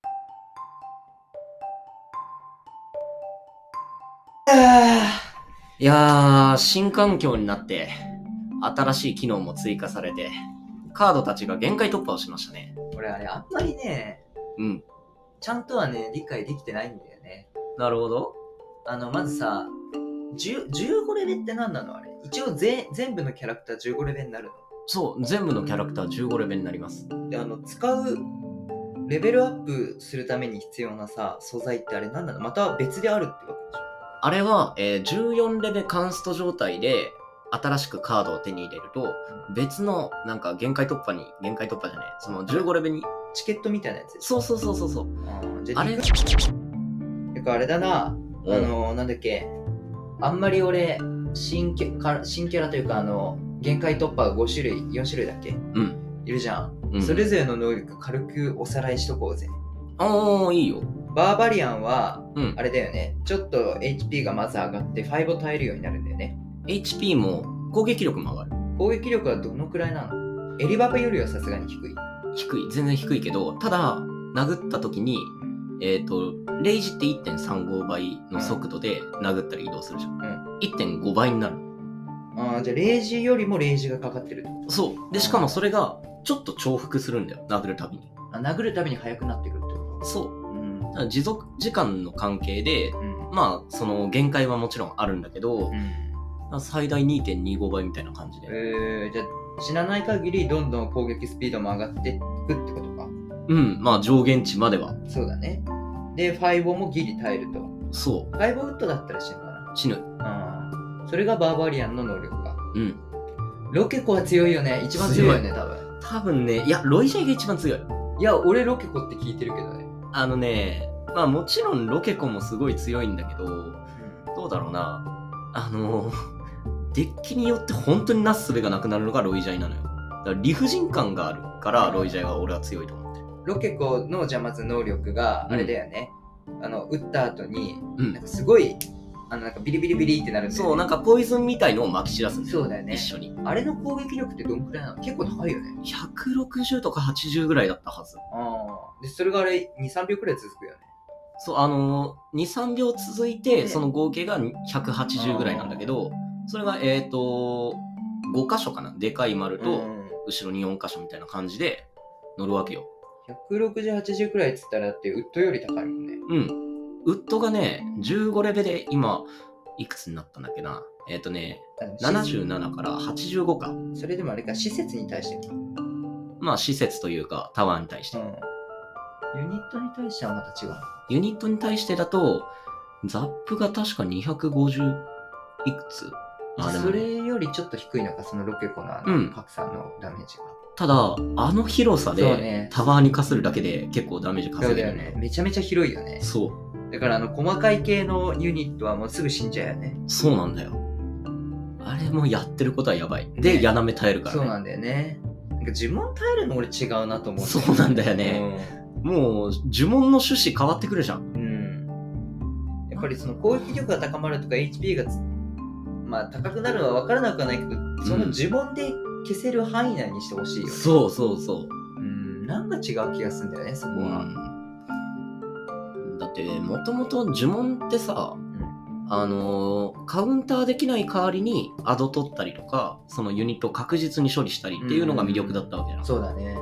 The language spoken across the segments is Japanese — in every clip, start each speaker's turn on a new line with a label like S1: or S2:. S1: いやー、新環境になって、新しい機能も追加されて、カードたちが限界突破をしましたね。
S2: 俺あれあんまりね、
S1: うん。
S2: ちゃんとはね、理解できてないんだよね。
S1: なるほど。
S2: あの、まずさ、10 15レベって何なのあれ一応ぜ全部のキャラクター15レベになるの
S1: そう、全部のキャラクター15レベルになります。
S2: であの使うレベルアップするために必要なさ素材ってあれ何なのまた別であるってわ
S1: あれは、えー14レベルカンスト状態で、新しくカードを手に入れると、別の、なんか、限界突破に、限界突破じゃない、その15レベル
S2: け
S1: に、
S2: でしょチケットみたいなやつでしょ
S1: そうそうそうそうそう。
S2: あーじゃあ
S1: あれ
S2: リンクてかあれだな、あのなんだっけあんまり俺新キャか新キャラというかあの限界突破が5種類4種類だっけ
S1: うん。
S2: いるじゃん、
S1: うん、
S2: それぞれの能力軽くおさらいしとこうぜ
S1: おー、いいよ。
S2: バーバリアンは
S1: うん
S2: あ。れだよねちょっと HP がまず上がって5を耐えるようになるんだよね
S1: HP も攻撃力も上がる。
S2: 攻撃力はどのくらいなのエリババよりはさすがに低い
S1: 低い全然低いけどただ殴った時にえっ、とレイジって1.35倍の速度で殴ったり移動するじゃん、1.5倍になる
S2: あーじゃあレイジよりもレイジがかかってるってこと
S1: そうでしかもそれがちょっと重複するんだよ殴るたびに
S2: あ殴るたびに速くなってくるってこ
S1: そう
S2: とうん
S1: だから持続時間の関係で
S2: うん
S1: まあその限界はもちろんあるんだけど
S2: う、ん
S1: 最大2.25倍みたいな感じで、
S2: えー、じゃあ死なない限りどんどん攻撃スピードも上がっていくってことか
S1: うんまあ上限値までは
S2: そうだねでファイボもギリ耐えるとフ
S1: そ
S2: ァイボウッドだったら死ぬか
S1: う死ぬ
S2: なうんそれがバーバリアンの能力か
S1: うん
S2: ロケコは強いよね一番強いよね多分
S1: 多分ねいやロイジャイが一番強い
S2: いや俺ロケコって聞いてるけどね、
S1: あのねまあもちろんロケコもすごい強いんだけどどうだろうな。あの、デッキによって本当になすすべがなくなるのがロイジャイなのよ。だから理不尽感があるから、ロイジャイは俺は強いと思ってる。
S2: ロケコのじゃあまず能力が
S1: うん
S2: あれだよね、あの打った後に
S1: う
S2: なん
S1: ん。
S2: かすごいあのなんかビリビリビリってなるんだよね
S1: そう、なんかポイズンみたいのを撒き散らすんだよ。
S2: そうだよね
S1: 一緒に。
S2: あれの攻撃力ってどんくらいなの結構高いよね
S1: 160とか80ぐらいだったはず。
S2: ああでそれがあれ23秒くらい続くよね
S1: そう、あの、2、3秒続い
S2: ね
S1: て、その合計が180ぐらいなんだけど、それが、えっ、と、5箇所かな。でかい丸
S2: う
S1: と、
S2: ん
S1: 後ろに4箇所みたいな感じで乗るわけよ。
S2: 16080くらいっつったらだってウッドより高いもんね
S1: うん。ウッドがね、15レベルで今、いくつになったんだっけな。えっ、とね、
S2: あでも
S1: 77から85か。
S2: それでもあれか施設に対してか
S1: まあ、施設というか、タワーに対して。
S2: うんユニットに対してはまた違う
S1: ユニットに対してだと、ザップが確か250いくつあ、でも
S2: それよりちょっと低いのかそのロケコのあ
S1: うん
S2: の拡散のダメージが、
S1: ただ、あの広さ
S2: そう
S1: で
S2: ね、
S1: タワーにかするだけで結構ダメージ
S2: そ
S1: 稼
S2: う
S1: げ
S2: だ
S1: る
S2: よね。めちゃめちゃ広いよね
S1: そう、
S2: だからあの細かい系のユニットはもうすぐ死んじゃうよね
S1: そうなんだよ。あれもやってることはやばい。で、
S2: ね
S1: やなめ耐えるから、ね。
S2: そうなんだよねなんか呪文耐えるの俺違うなと思う
S1: そうなんだよね。もう、呪文の趣旨変わってくるじゃん。
S2: うん、うんやっぱりその攻撃力が高まるとか HP がつまあ高くなるのは分からなくはないけどその呪文で消せる範囲内にしてほしいよね、
S1: そうそうそう。
S2: うん、なんか違う気がするんだよねそこは、
S1: うんだってもともと呪文ってさ、
S2: ん
S1: あのーカウンターできない代わりにアド取ったりとかそのユニットを確実に処理したりっていうのが魅力だったわけじゃん、
S2: そうだね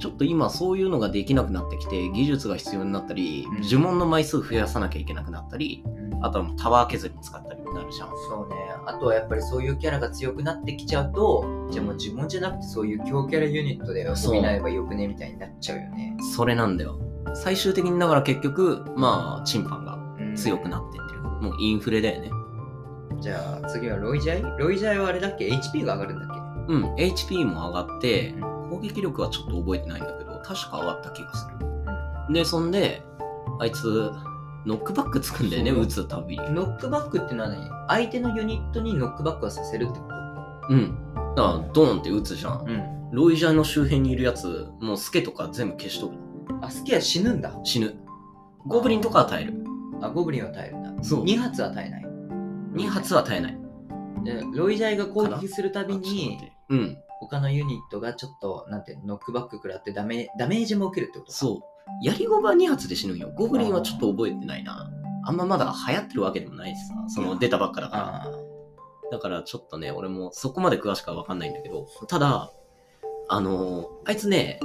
S1: ちょっと今そういうのができなくなってきて技術が必要になったり、
S2: うん
S1: 呪文の枚数増やさなきゃいけなくなったり
S2: うん
S1: あとはもうタワー削りに使ったりになるじゃん
S2: そうねあとはやっぱりそういうキャラが強くなってきちゃうとじゃあもう呪文じゃなくてそういう強キャラユニットで補えばよくねみたいになっちゃうよね、
S1: それなんだよ最終的にだから結局まあチンパンが
S2: うん
S1: 強くなってってる、もうインフレだよね
S2: じゃあ次はロイジャイロイジャイはあれだっけ ?HP が上がるんだっ
S1: うん、HP も上がって
S2: う、
S1: 攻撃力はちょっと覚えてないんだけど、確か上がった気がする。
S2: け
S1: で、そんで、あいつ、ノックバックつくんだよね、
S2: そう
S1: 打つたびに。
S2: ノックバックってのは何相手のユニットにノックバックはさせるってこと
S1: うん。だから、ドーンって打つじゃん。
S2: うん。
S1: ロイジャーの周辺にいるやつ、もうスケとか全部消しとく。
S2: あ、スケは死ぬんだ。
S1: 死ぬ。ゴブリンとかは耐える。
S2: あ、ゴブリンは耐えるんだ。
S1: そ
S2: 2発は耐えない。
S1: 2発は耐えない。
S2: でロイジャイが攻撃するたび
S1: あちょっと待っ
S2: に、
S1: てうん。
S2: 他のユニットがちょっと、なんていうの、ノックバック食らってダメダメージも受けるってこと
S1: そう。ヤリゴブは2発で死ぬんよ。ゴブリンはちょっと覚えてないな。あんままだ流行ってるわけでもないしさ、その出たばっかだから。
S2: ああ
S1: だからちょっとね、俺もそこまで詳しくはわかんないんだけど、ただ、あのーあいつね、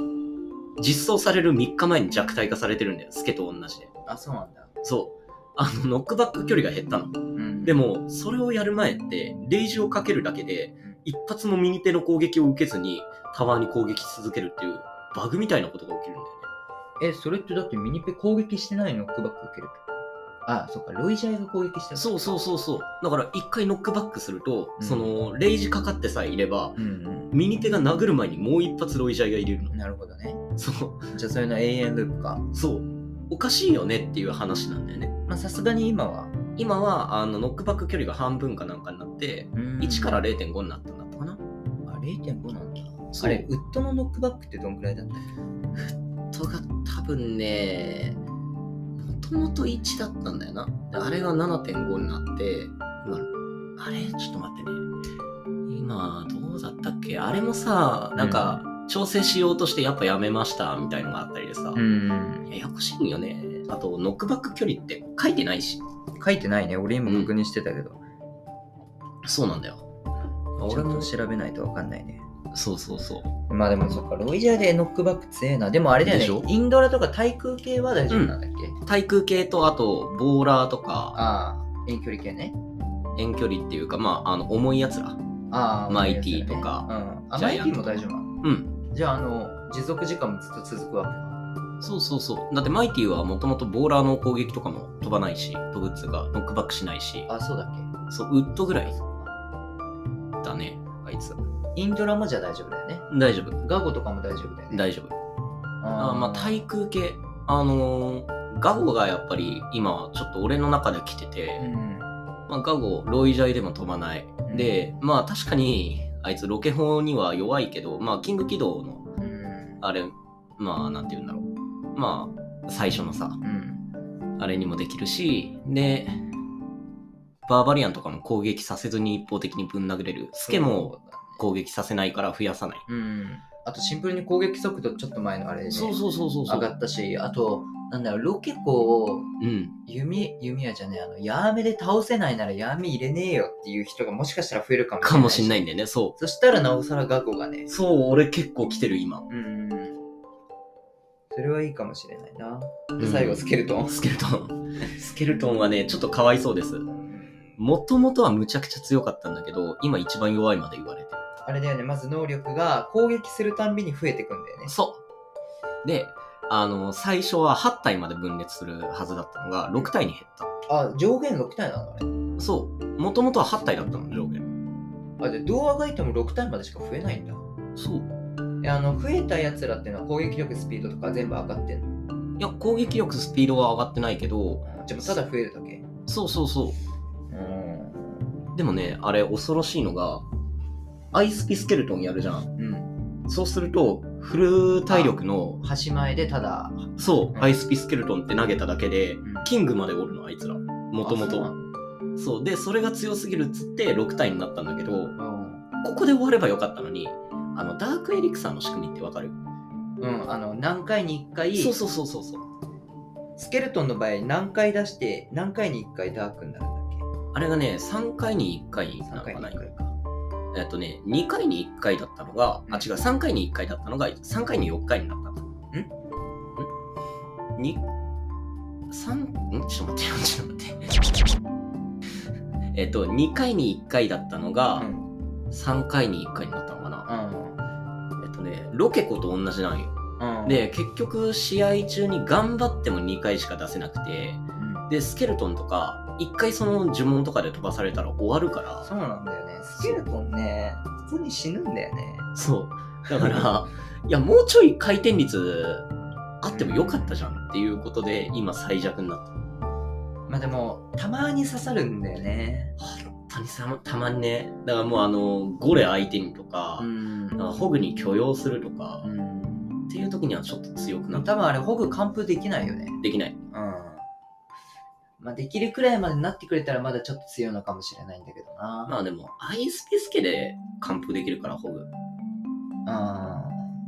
S1: 実装される3日前に弱体化されてるんだよ。スケと同じで。
S2: あそうなんだ、
S1: そう。あの、ノックバック距離が減ったの。
S2: うん、
S1: でも、それをやる前って、レイジをかけるだけで、一発も右手の攻撃を受けずに、タワーに攻撃し続けるっていう、バグみたいなことが起きるんだよね。
S2: えそれってだってミニペ攻撃してないのノックバック受けるとあそっかロイジャイが攻撃してる
S1: そうそうそうそう。だから、一回ノックバックすると、
S2: うん
S1: その、レイジかかってさえいれば、
S2: うん
S1: 右手が殴る前にもう一発ロイジャイが入れるの
S2: う。んなるほどね
S1: そう、
S2: じゃあそれの永遠ループか
S1: そう。おかしいよねっていう話なんだよね。
S2: まあさすがに今は
S1: 今は、あの、ノックバック距離が半分かなんかになって、1から0.5になったんだったかな。
S2: あ0.5なんだ
S1: そ
S2: あ
S1: う
S2: れウッドのノックバックってどんくらいだった
S1: とが多分ねもともと1だったんだよなであれが7.5になって今あれちょっと待ってね今どうだったっけあれもさなんか調整しようとしてやっぱやめましたみたいのがあったりでさ、
S2: ん
S1: ややこしいんよねあとノックバック距離って書いてないし
S2: 書いてないね俺今確認してたけど、
S1: そうなんだよ
S2: ち
S1: 俺
S2: ょっと
S1: もそ
S2: 調べないとわかんないね
S1: うそうそう
S2: まあでもそっかロイジャーでノックバック強えなでもあれだ
S1: でし
S2: よ
S1: ょ
S2: ねインドラとか対空系は大丈夫なんだっけ、
S1: 対空系とあとボーラーとか
S2: ああ遠距離系ね
S1: 遠距離っていうかまああの重いやつら
S2: ああ
S1: マイティとか
S2: うん、あ
S1: ジ
S2: マ
S1: ャ
S2: イ
S1: イ
S2: テ
S1: アン
S2: ィ
S1: ト
S2: も
S1: とか
S2: 大丈夫なの
S1: うん
S2: じゃああの持続時間もずっと続くわ
S1: そうそうそう。だってマイティはもともとボーラーの攻撃とかも飛ばないし、飛ぶっつうか、ノックバックしないし
S2: け、あそうだっけ
S1: そう、ウッドぐらいだね、あいつ。
S2: インドラもじゃあ大丈夫だよね
S1: 大丈夫。
S2: ガゴとかも大丈夫だよね
S1: 大丈夫。
S2: あ
S1: あ
S2: ー
S1: まあ、対空系。あのーガゴがやっぱり今、ちょっと俺の中で来てて、
S2: うん
S1: まあ、ガゴ、ロイジャイでも飛ばない。
S2: うん
S1: で、まあ確かに、あいつロケ砲には弱いけど、まあ、キング軌道の、
S2: うん
S1: あれ、まあ、なんて言うんだろう。まあ、最初のさ、
S2: うん
S1: あれにもできるし、で、バーバリアンとかも攻撃させずに一方的にぶん殴れる。スケも攻撃させないから増やさない。
S2: うんあとシンプルに攻撃速度ちょっと前のあれで、ね、
S1: そうそうそうそうそ
S2: 上が
S1: う。
S2: ったしあとなんだろうロケコを
S1: うん。
S2: 弓弓矢じゃねえあのヤーメで倒せないならヤーメ入れねえよっていう人がもしかしたら増えるかもしれない
S1: かもしんないんだよね、そ
S2: そしたらなおさらガゴがね
S1: う。そう、俺結構来てる今。
S2: うんそれはいいかもしれないな
S1: う
S2: で
S1: ん
S2: 最後スケルトン、
S1: スケルトン。 スケルトンはね、ちょっとかわいそうです。もともとはむちゃくちゃ強かったんだけど、今一番弱いまで言われてる。
S2: あれだよねまず能力が攻撃するたんびに増えてくんだよね
S1: そう。で、あの、最初は8体まで分裂するはずだったのが、6体に減った。
S2: あ上限6体なのあれ
S1: そう。もともとは8体だったの、上限。
S2: あじゃあどうあがいても6体までしか増えないんだ
S1: そう。
S2: えあの増えたやつらってのは攻撃力スピードとか全部上がってんの
S1: いや、攻撃力、スピードは上がってないけど、
S2: じゃあただ増えるだけ
S1: そうそうそう。
S2: うん
S1: でもね、あれ、恐ろしいのが、アイスピスケルトンやるじゃん。
S2: うん
S1: そうすると、フル体力の、
S2: 端前でただ
S1: そうう、
S2: ん
S1: アイスピスケルトンって投げただけで、
S2: ん
S1: キングまでおるの、あいつら。もともと。そう。で、それが強すぎるっつって、6体になったんだけど、
S2: うん、
S1: ここで終わればよかったのに、あの、ダークエリクサーの仕組みってわかる
S2: うん、あの何回に1回
S1: そうそうそうそうそう。
S2: スケルトンの場合何回出して何回に1回ダークになるんだっけ
S1: あれがね、3回に1回なの
S2: 3
S1: か
S2: 回に
S1: な
S2: 1回か
S1: えっとね、2回に1回だったのが、あ、違う、3回に1回だったのが、3回に4回になったんだ。んんに、三んちょっと待ってよ、 ちょっと待って。 えっと、2回に1回だったのが、
S2: うん
S1: 3回に1回になったのかな。
S2: うん
S1: えっとね、ロケコと同じなんよ。
S2: うん
S1: で、結局、試合中に頑張っても2回しか出せなくて、
S2: うん
S1: で、スケルトンとか、1回その呪文とかで飛ばされたら終わるから、
S2: そうなんだよねスケルトンね普通に死ぬんだよね
S1: そう。だ から、いや、もうちょい回転率あってもよかったじゃんっていうことで、今最弱になった。
S2: まあでもたまに刺さるんだよね
S1: 本当にさ、たまにね。だからもうあの、ゴレ相手にとか、
S2: ん
S1: なんかホグに許容するとか
S2: う、ん
S1: っていう時にはちょっと強くなった。
S2: 多分あれホグ完封できないよね
S1: できない。
S2: うんまあできるくらいまでなってくれたらまだちょっと強いのかもしれないんだけどな
S1: まあでも、アイスピスケで完封できるから、ホグ。
S2: あ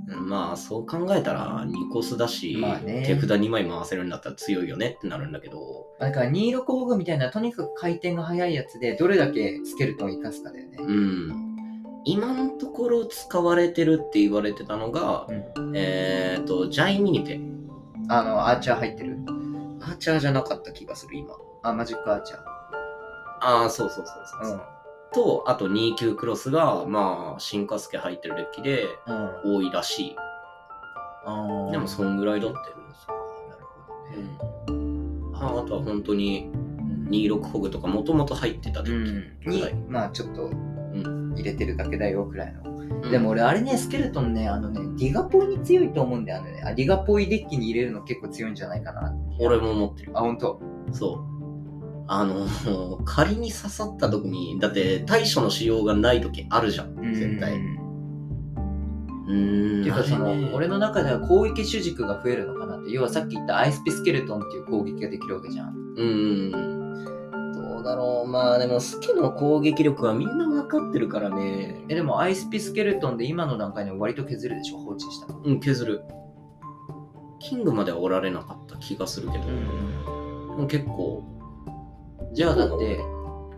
S2: うん
S1: まあそう考えたら2コスだし、
S2: まあね
S1: 手札2枚回せるんだったら強いよねってなるんだけど
S2: だから26ホグみたいなとにかく回転が速いやつでどれだけスケルトンを生かすかだよね。
S1: うん今のところ使われてるって言われてたのが、えっ、とジャイミニペ
S2: あのアーチャー入ってる
S1: アーチャーじゃなかった気がする今
S2: あマジックアーチャー。
S1: ああそうそうそうそうそう、とあと2級クロスがまあ進化助入ってるデッキで
S2: うん。
S1: 多いらしい
S2: うん。
S1: でもそんぐらいだってるんですよ
S2: う。なるほどね。
S1: うん、ああとは本当に26ホグとかもともと入ってたデ
S2: う
S1: ッ
S2: ん。に、
S1: はい
S2: まあちょっと
S1: ん
S2: 入れてるだけだよくらいの。
S1: キ、
S2: でも俺あれねスケルトンねあのねディガポイに強いと思うんだよね。あディガポイデッキに入れるの結構強いんじゃないかな。
S1: 俺も持ってる
S2: あ本当。
S1: そうあの仮に刺さった時にだって対処のしようがない時あるじゃん絶対
S2: うん。
S1: うーん
S2: ていうかそ
S1: あれね
S2: の俺の中では攻撃主軸が増えるのかなって要はさっき言ったアイスピスケルトンっていう攻撃ができるわけじゃん
S1: うんうんうんどうだろうまあでもスケの攻撃力はみんな分かってるからね
S2: えでもアイスピスケルトンで今の段階で割と削るでしょ放置したの
S1: うん削るキングまではおられなかった気がするけど、でも結構
S2: じゃあだって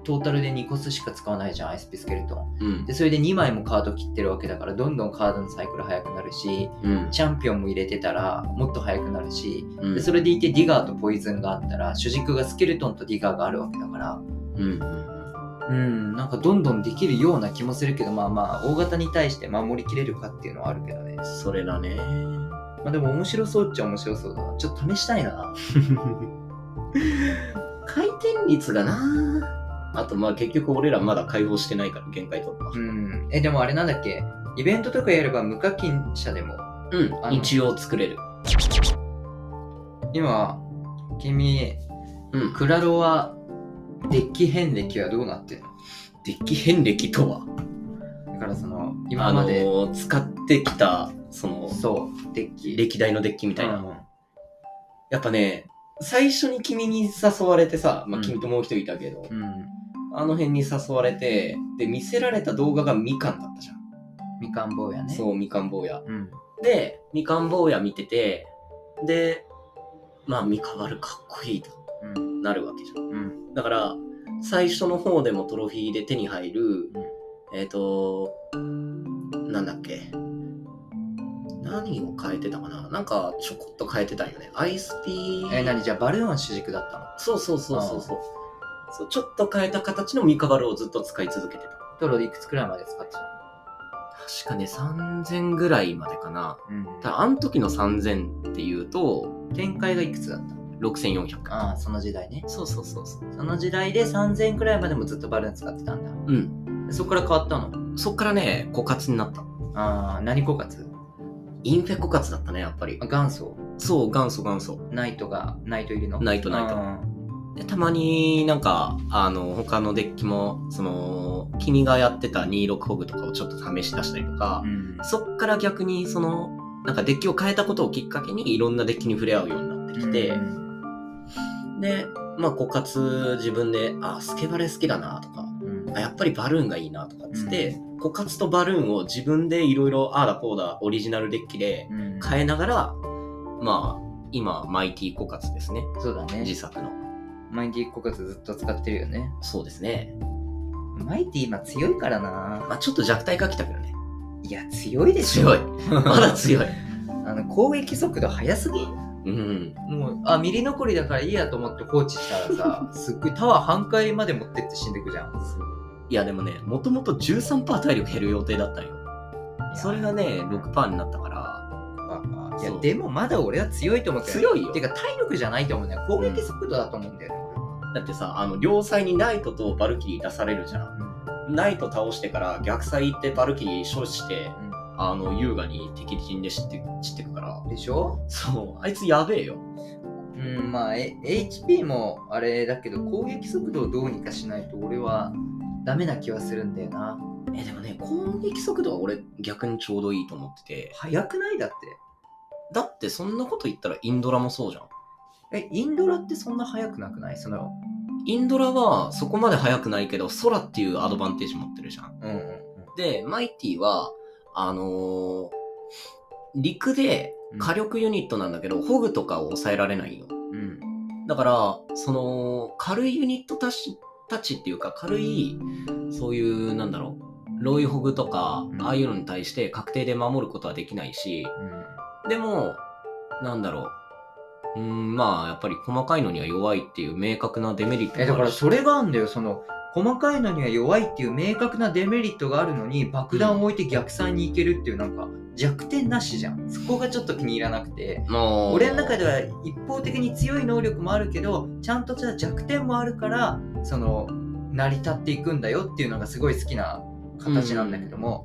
S2: トータルで2コスしか使わないじゃんアイスピスケルトン
S1: うん
S2: でそれで2枚もカード切ってるわけだからどんどんカードのサイクル速くなるし
S1: うん
S2: チャンピオンも入れてたらもっと速くなるし
S1: うん
S2: でそれでいてディガーとポイズンがあったら主軸がスケルトンとディガーがあるわけだから
S1: うんうん
S2: うん、なんかどんどんできるような気もするけど、まあまあ、大型に対して守りきれるかっていうのはあるけどね。
S1: それだね
S2: まあでも面白そうっちゃ面白そうだな。ちょっと試したいな。
S1: 回転率がなあとまあ結局俺らまだ解放してないから限界突破
S2: うん。え、でもあれなんだっけイベントとかやれば無課金者でも、
S1: うん
S2: あの
S1: 一応作れる
S2: 今、君、
S1: うん
S2: クラロはデッキ変歴はどうなってるの
S1: デッキ遍歴とは
S2: だからその、
S1: あ
S2: 今ま
S1: の
S2: で、
S1: ー使ってきたその
S2: そう、デッキ。ッキ
S1: 歴代のデッキみたいな、やっぱね最初に君に誘われてさ、まあ、
S2: うん
S1: 君ともう一人いたけど、
S2: うん。うん。
S1: あの辺に誘われてで見せられた動画がみかんだったじゃん、
S2: みかん坊やね。
S1: そうみかん坊や
S2: うん。
S1: でみかん坊や見ててでまあ三河丸かっこいいと
S2: うん。
S1: なるわけじゃん
S2: うん。
S1: だから最初の方でもトロフィーで手に入る、
S2: うん
S1: えっ、となんだっけ何を変えてたかななんかちょこっと変えてたんよねアイスピー
S2: え、何じゃあバルーンは主軸だったの
S1: そうそうそうそうそうそうちょっと変えた形のミカバルをずっと使い続けてた
S2: トロでいくつくらいまで使ってたの
S1: 確かね3000ぐらいまでかな
S2: うん
S1: ただあの時の3000っていうと
S2: 展開がいくつだった
S1: 6400
S2: ああその時代ね
S1: そうそうそうそう
S2: その時代で3000くらいまでもずっとバルーン使ってたんだ
S1: うん
S2: そこから変わったの
S1: そっからね枯渇になった
S2: ああ何枯渇
S1: インフェ枯渇だったねやっぱり
S2: あ元祖
S1: そう元祖元祖
S2: ナイトがナイト入りの
S1: ナイトナイト
S2: あ
S1: でたまになんかあの他のデッキもその君がやってた26ホグとかをちょっと試し出したりと
S2: ー
S1: か
S2: う、ん
S1: そっから逆にそのなんかデッキを変えたことをきっかけにいろんなデッキに触れ合うようになってきて、
S2: うん
S1: でまあ枯渇自分であスケバレ好きだなとか
S2: うん
S1: あやっぱりバルーンがいいなとかっつって、枯渇とバルーンを自分でいろいろああだこうだオリジナルデッキで
S2: うん
S1: 変えながらまあ今マイティ枯渇ですね
S2: そうだ
S1: 自
S2: ね
S1: 作の
S2: マイティ枯渇ずっと使ってるよね
S1: そうですね
S2: マイティ今強いからな
S1: まあちょっと弱体化きたけどね
S2: いや強いでしょ
S1: 強い まだ強い。
S2: あの攻撃速度速すぎ
S1: うん。
S2: もうあミリ残りだからいいやと思って放置したらさすっごいタワー半壊まで持ってって死んでくじゃん
S1: いや、でもね、もともと13%体力減る予定だったんよ。それがね、6%になったから、
S2: まあいや
S1: そう
S2: でもまだ俺は強いと思って
S1: 強いよ
S2: てか体力じゃないと思うんだよ攻撃速度だと思うんだよね、
S1: だってさ、あの、両サイにナイトとバルキリー出されるじゃん。ナイト倒してから逆サイ行ってバルキリー処置して、
S2: ん
S1: あの、優雅に敵陣で散って散ってくから。
S2: でしょ
S1: そう、あいつやべえよ。
S2: うんまあ、え HP もあれだけど攻撃速度をどうにかしないと俺はダメな気はするんだよな
S1: え、でもね、攻撃速度は俺逆にちょうどいいと思ってて。
S2: 速くないだって
S1: だってそんなこと言ったらインドラもそうじゃん。
S2: えインドラってそんな速くなくないその
S1: インドラはそこまで速くないけど、空っていうアドバンテージ持ってるじゃん。
S2: うんうん
S1: で、マイティは、あのー陸で
S2: うん
S1: 火力ユニットなんだけど、ホグとかを抑えられないよ。
S2: うん
S1: だから、その、軽いユニットたちたちっていうか、軽い、そういう、なんだろう、ロイホグとか
S2: う、ん
S1: ああいうのに対して確定で守ることはできないし、でも、なんだろう、うーん、まあ、やっぱり細かいのには弱いっていう明確なデメリット
S2: えだ
S1: があ
S2: か
S1: る
S2: ら
S1: し
S2: それがあるんだよその細かいのには弱いっていう明確なデメリットがあるのに爆弾を置いて逆算に行けるっていうなんか弱点なしじゃんそこがちょっと気に入らなくて
S1: もう
S2: 俺の中では一方的に強い能力もあるけどちゃんとした弱点もあるからその成り立っていくんだよっていうのがすごい好きな形なんだけども、